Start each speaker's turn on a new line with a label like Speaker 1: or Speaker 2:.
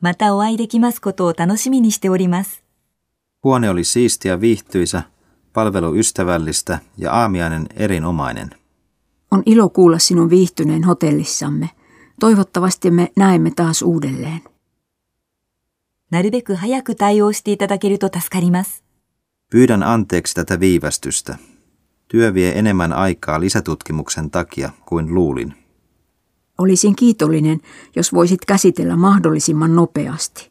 Speaker 1: またお会いできますことを楽しみにしております。
Speaker 2: Huone oli siisti ja viihtyisä, palvelu ystävällistä ja aamiainen erinomainen.
Speaker 3: On ilo kuulla sinun viihtyneen hotellissamme. Toivottavasti me näemme taas uudelleen.
Speaker 1: なるべく早く対応していただけると助かります。
Speaker 2: Pyydän anteeksi tätä viivästystä. Työ vie enemmän aikaa lisätutkimuksen takia kuin luulin.
Speaker 3: Olisin kiitollinen, jos voisit käsitellä mahdollisimman nopeasti.